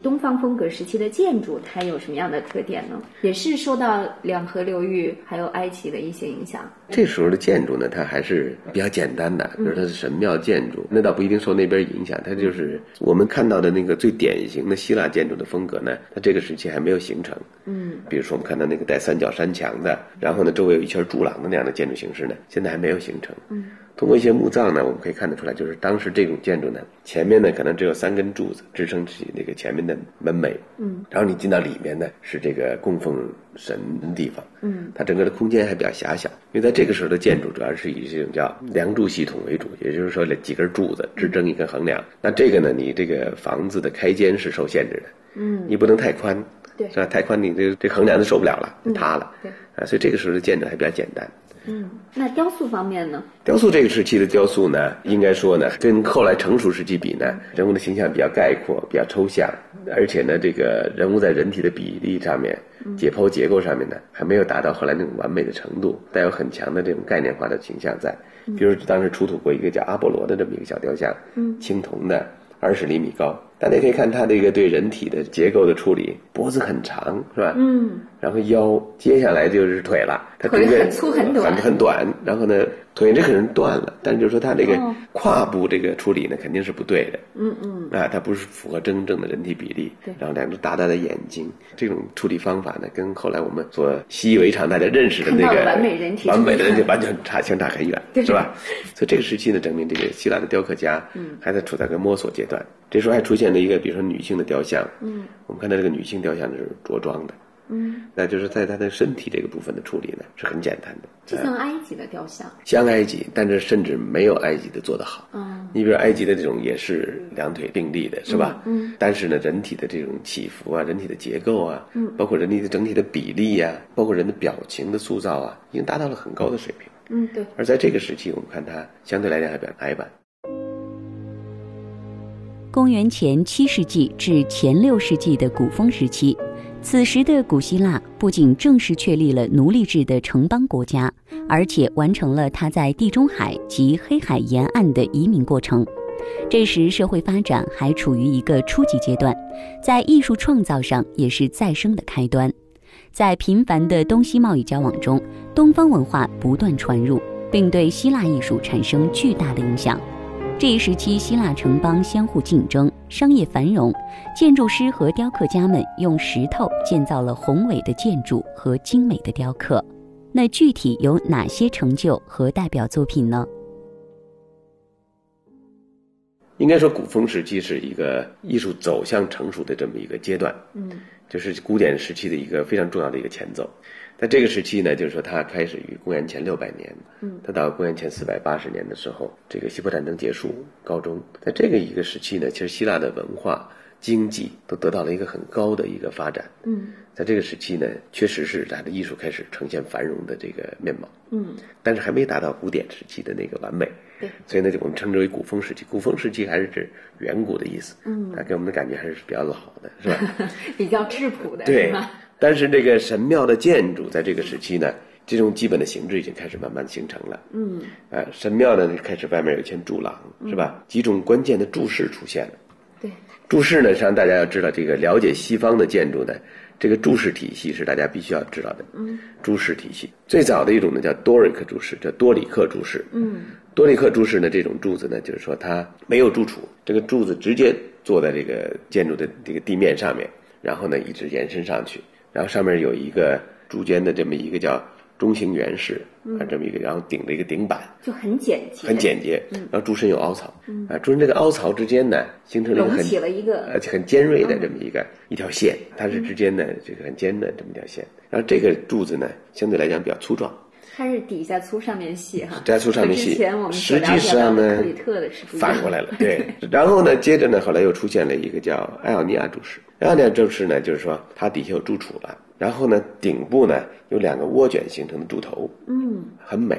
东方风格时期的建筑，它有什么样的特点呢？也是受到两河流域还有埃及的一些影响。这时候的建筑呢，它还是比较简单的，比如它是神庙建筑，那倒不一定受那边影响，它就是我们看到的那个最典型的希腊建筑的风格呢，它这个时期还没有形成。嗯，比如说我们看到那个带三角山墙的，然后呢周围有一圈柱廊的那样的建筑形式呢，现在还没有形成。嗯，通过一些墓葬呢，我们可以看得出来，就是当时这种建筑呢，前面呢可能只有三根柱子支撑起那个前面的门楣。嗯，然后你进到里面呢是这个供奉神的地方。嗯，它整个的空间还比较狭小，因为在这个时候的建筑主要是以这种叫梁柱系统为主，也就是说几根柱子支撑一根横嗯梁。那这个呢，你这个房子的开间是受限制的。嗯，你不能太宽。对嗯是吧？太宽，你这这横梁就受不了了，就塌了。对啊，所以这个时候的建筑还比较简单。嗯，那雕塑方面呢？雕塑这个时期的雕塑呢，应该说呢，跟后来成熟时期比呢，人物的形象比较概括，比较抽象，而且呢，这个人物在人体的比例上面、嗯解剖结构上面呢，还没有达到后来那种完美的程度，带有很强的这种概念化的形象在。比如当时出土过一个叫阿波罗的这么一个小雕像，嗯青铜的，二十厘米高。大家可以看它这个对人体的结构的处理，脖子很长，是吧？嗯然后腰，接下来就是腿了，它腿中间很粗很短很短。然后呢，腿这可能断了，但是就是说它这个哦胯部这个处理呢，肯定是不对的嗯嗯啊，它不是符合真正的人体比例对。然后两只大大的眼睛，这种处理方法呢，跟后来我们所习以为常大家认识的看那到个的完美人体完美的是人不体是完全差相差很远，对是吧？所以这个时期呢，证明这个希腊的雕刻家，嗯还在处在个摸索阶段。这时候还出现了一个，比如说女性的雕像，嗯我们看到这个女性雕像是着装的。嗯，那就是在他的身体这个部分的处理呢，是很简单的。呃就像埃及的雕像。像埃及，但是甚至没有埃及的做得好。嗯你比如埃及的这种也是两腿并立的，是吧？嗯但是呢，人体的这种起伏啊，人体的结构啊，嗯，包括人体的整体的比例呀、包括人的表情的塑造啊，已经达到了很高的水平。嗯，对。而在这个时期，我们看它相对来讲还比较矮板。公元前七世纪至前六世纪的古风时期，此时的古希腊不仅正式确立了奴隶制的城邦国家，而且完成了它在地中海及黑海沿岸的移民过程。这时社会发展还处于一个初级阶段，在艺术创造上也是再生的开端。在频繁的东西贸易交往中，东方文化不断传入，并对希腊艺术产生巨大的影响。这一时期，希腊城邦相互竞争，商业繁荣，建筑师和雕刻家们用石头建造了宏伟的建筑和精美的雕刻。那具体有哪些成就和代表作品呢？应该说，古风时期是一个艺术走向成熟的这么一个阶段。嗯就是古典时期的一个非常重要的一个前奏。在这个时期呢，就是说它开始于公元前六百年，嗯它到公元前四百八十年的时候，这个希波战争结束，高中，在这个一个时期呢，其实希腊的文化、经济都得到了一个很高的一个发展。嗯在这个时期呢，确实是它的艺术开始呈现繁荣的这个面貌。嗯，但是还没达到古典时期的那个完美对，所以呢，就我们称之为古风时期。古风时期还是指远古的意思，嗯它给我们的感觉还是比较老的，是吧？比较质朴的对是吧？，但是这个神庙的建筑在这个时期呢，这种基本的形制已经开始慢慢形成了。嗯呃，神庙呢开始外面有一圈柱廊，是吧？几种关键的柱式出现了。对，柱式呢，实际上大家要知道，这个了解西方的建筑呢，这个柱式体系是大家必须要知道的。嗯，柱式体系最早的一种呢叫多里克柱式，叫多里克柱式。嗯多里克柱式呢，这种柱子呢，就是说它没有柱础，这个柱子直接坐在这个建筑的这个地面上面，然后呢一直延伸上去，然后上面有一个柱间的这么一个叫中型圆式嗯啊，这么一个，然后顶着一个顶板，就很简洁，很简洁，嗯然后柱身有凹槽，啊，柱身这个凹槽之间呢，形成了一个隆很起了一而个嗯且很尖锐的这么一个、一条线，它是之间的这个很尖的这么一条线，然后这个柱子呢，相对来讲比较粗壮，它是底下粗上面细哈，加粗上面细和之前我们所实了解际到上的呢克里特的是不一样的反过来了，对。 然后呢，接着呢，后来又出现了一个叫艾奥尼亚柱式。艾奥尼亚柱式呢，就是说它底下有柱础了，然后呢，顶部呢有两个涡卷形成的柱头，嗯很美。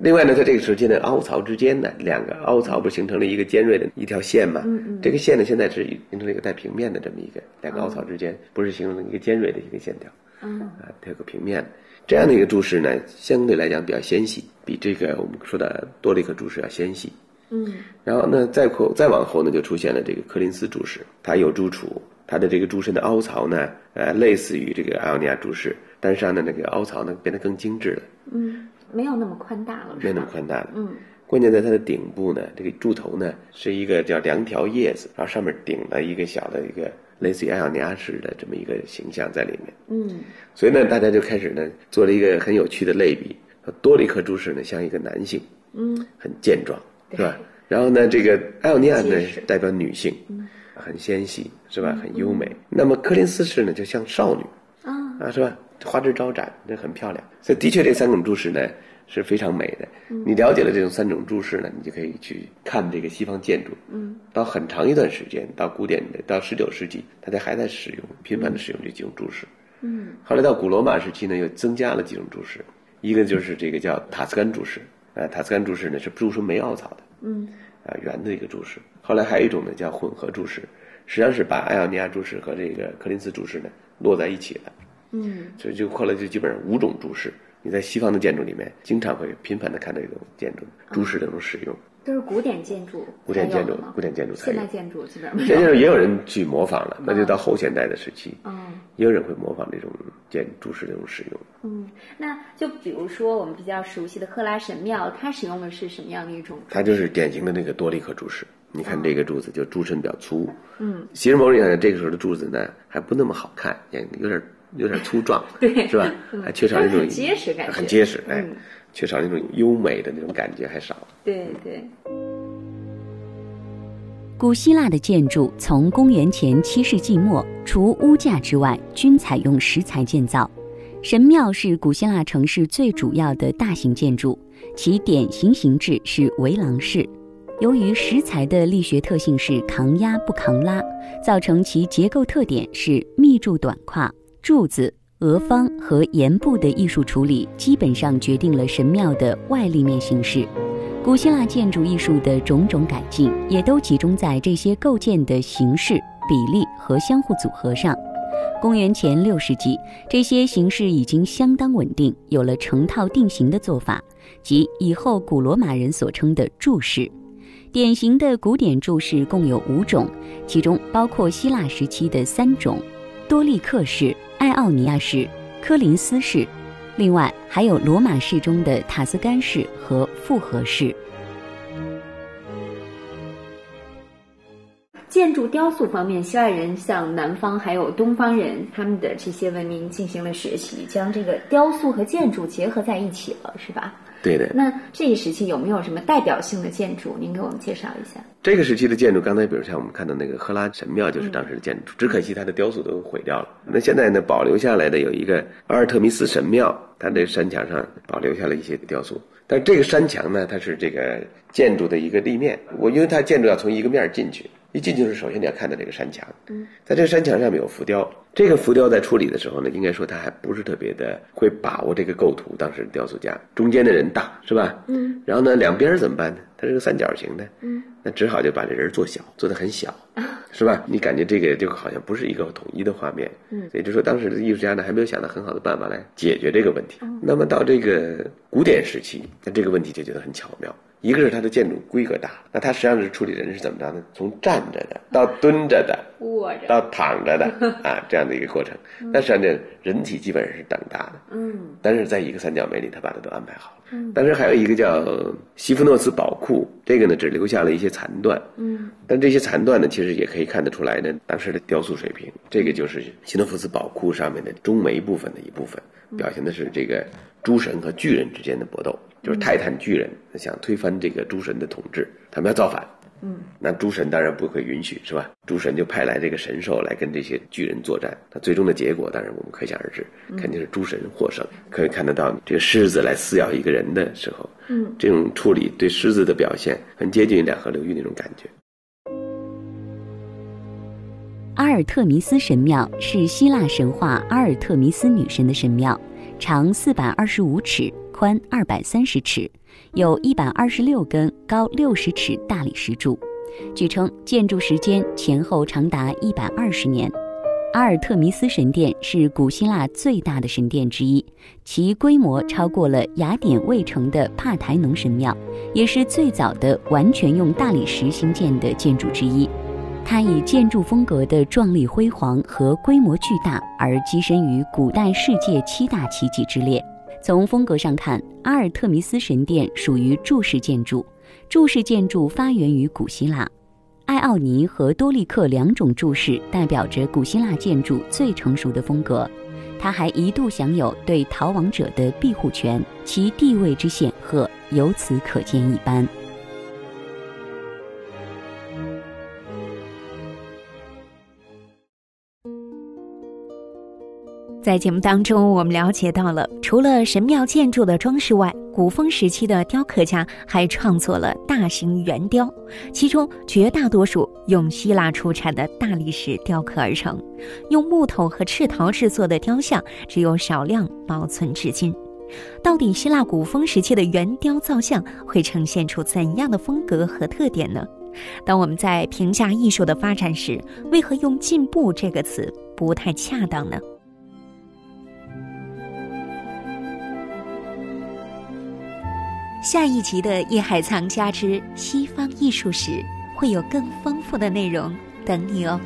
另外呢，在这个时期的凹槽之间呢，两个凹槽不是形成了一个尖锐的一条线嘛？嗯嗯这个线呢，现在是形成了一个带平面的这么一个两个凹槽之间，不是形成了一个尖锐的一个线条。嗯啊，它有个平面。这样的一个注释呢，相对来讲比较纤细，比这个我们说的多利克注释要纤细。嗯然后呢，再后再往后呢，就出现了这个柯林斯注释，它有柱础，它的这个柱身的凹槽呢，呃，类似于这个艾奥尼亚柱式，但是它的那个凹槽呢变得更精致了，嗯，没有那么宽大了，没是有那么吧宽大了。嗯关键在它的顶部呢，这个柱头呢是一个叫两条叶子，然后上面顶了一个小的一个类似于艾奥尼亚式的这么一个形象在里面。嗯所以呢，大家就开始呢做了一个很有趣的类比，多了一颗猪屎呢像一个男性，嗯，很健壮，是吧？然后呢，这个艾奥尼亚结呢实代表女性，嗯很纤细，是吧？很优美。那么柯林斯式呢就像少女啊，啊，是吧？花枝招展，那很漂亮。所以的确，这三种注释呢是非常美的。嗯你了解了这种三种注释呢，你就可以去看这个西方建筑。嗯，到很长一段时间，到古典的，到十九世纪，大家还在使用，频繁的使用这几种注释。嗯，后来到古罗马时期呢，又增加了几种注释，一个就是这个叫塔斯干注释，啊，塔斯干注释呢是注释没凹槽的，嗯，啊、圆的一个注释。后来还有一种呢叫混合注释，实际上是把艾奥尼亚注释和这个柯林斯注释呢摞在一起了，嗯所以就后来就基本上五种注释。你在西方的建筑里面，经常会频繁的看到这种建筑注释的这种使用，都是古典建筑古才典啊有建的筑吗，古典建筑才现啊有代。建筑基本上没现在有。也有人去模仿了，那就到后现代的时期，嗯也有人会模仿这种建筑式这种使用。嗯，那就比如说我们比较熟悉的赫拉神庙，它使用的是什么样的一种？它就是典型的那个多立克柱式。你看这个柱子就柱身比较粗，哦嗯，其实某种意义上这个时候的柱子呢还不那么好看，也有点有点粗 壮，对，是吧？还缺少那嗯但是种很结实感觉很结实，哎嗯，缺少那种优美的那种感觉还少。对对，古希腊的建筑从公元前七世纪末，除屋架之外，均采用石材建造。神庙是古希腊城市最主要的大型建筑，其典型形制是啊围廊式。由于石材的力学特性是抗压不抗拉，造成其结构特点是密柱短跨，柱子、额方和檐部的艺术处理，基本上决定了神庙的外立面形式。古希腊建筑艺术的种种改进，也都集中在这些构建的形式、比例和相互组合上。公元前六世纪，这些形式已经相当稳定，有了成套定型的做法，即以后古罗马人所称的柱式。典型的古典柱式共有五种，其中包括希腊时期的三种：多利克式、艾奥尼亚式、科林斯式。另外，还有罗马式中的塔斯干式和复合式。建筑雕塑方面，希腊人向南方还有东方人他们的这些文明进行了学习，将这个雕塑和建筑结合在一起了，是吧？对的，那这一时期有没有什么代表性的建筑？您给我们介绍一下。这个时期的建筑，刚才比如像我们看到那个赫拉神庙，就是当时的建筑，只可惜它的雕塑都毁掉了。那现在呢，保留下来的有一个阿尔特弥斯神庙，它的山墙上保留下了一些雕塑。但这个山墙呢，它是这个建筑的一个立面，我因为它建筑要从一个面儿进去，一进去的时候首先你要看到这个山墙，在这个山墙上面有浮雕，这个浮雕在处理的时候呢，应该说他还不是特别的会把握这个构图。当时的雕塑家中间的人大是吧？嗯。然后呢，两边儿怎么办呢？它是个三角形的，嗯，那只好就把这人做小，做得很小，是吧？你感觉这个就好像不是一个统一的画面，嗯，所以就说当时的艺术家呢还没有想到很好的办法来解决这个问题。那么到这个古典时期，那这个问题解决得很巧妙。一个是它的建筑规格大，那它实际上是处理人是怎么着呢？从站着的到蹲着的，握着，到躺着的啊，这样的一个过程。那实际上呢，人体基本上是等大的，嗯但是在一个三角梅里，他把它都安排好了。当时还有一个叫西夫诺斯宝库，这个呢只留下了一些残段，嗯但这些残段呢，其实也可以看得出来呢，当时的雕塑水平。这个就是希诺福斯宝库上面的中眉部分的一部分，嗯表现的是这个诸神和巨人之间的搏斗，就是泰坦巨人想推翻这个诸神的统治，他们要造反。嗯，那诸神当然不会允许，是吧？诸神就派来这个神兽来跟这些巨人作战。那最终的结果，当然我们可想而知，肯定是诸神获胜。可以看得到，这个狮子来撕咬一个人的时候，嗯，这种处理对狮子的表现，很接近两河流域那种感觉。阿尔特弥斯神庙是希腊神话阿尔特弥斯女神的神庙，长四百二十五尺，宽二百三十尺，有一百二十六根高六十尺大理石柱。据称，建筑时间前后长达一百二十年。阿尔特弥斯神殿是古希腊最大的神殿之一，其规模超过了雅典卫城的帕台农神庙，也是最早的完全用大理石兴建的建筑之一。它以建筑风格的壮丽辉煌和规模巨大而跻身于古代世界七大奇迹之列。从风格上看，阿尔特弥斯神殿属于柱式建筑，柱式建筑发源于古希腊。艾奥尼和多利克两种柱式代表着古希腊建筑最成熟的风格。它还一度享有对逃亡者的庇护权，其地位之显赫由此可见一斑。在节目当中，我们了解到了，除了神庙建筑的装饰外，古风时期的雕刻家还创作了大型圆雕，其中绝大多数用希腊出产的大理石雕刻而成。用木头和赤陶制作的雕像只有少量保存至今。到底希腊古风时期的圆雕造像会呈现出怎样的风格和特点呢？当我们在评价艺术的发展时，为何用“进步”这个词不太恰当呢？下一集的《夜海藏家之西方艺术史》会有更丰富的内容等你哦。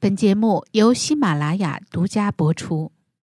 本节目由喜马拉雅独家播出。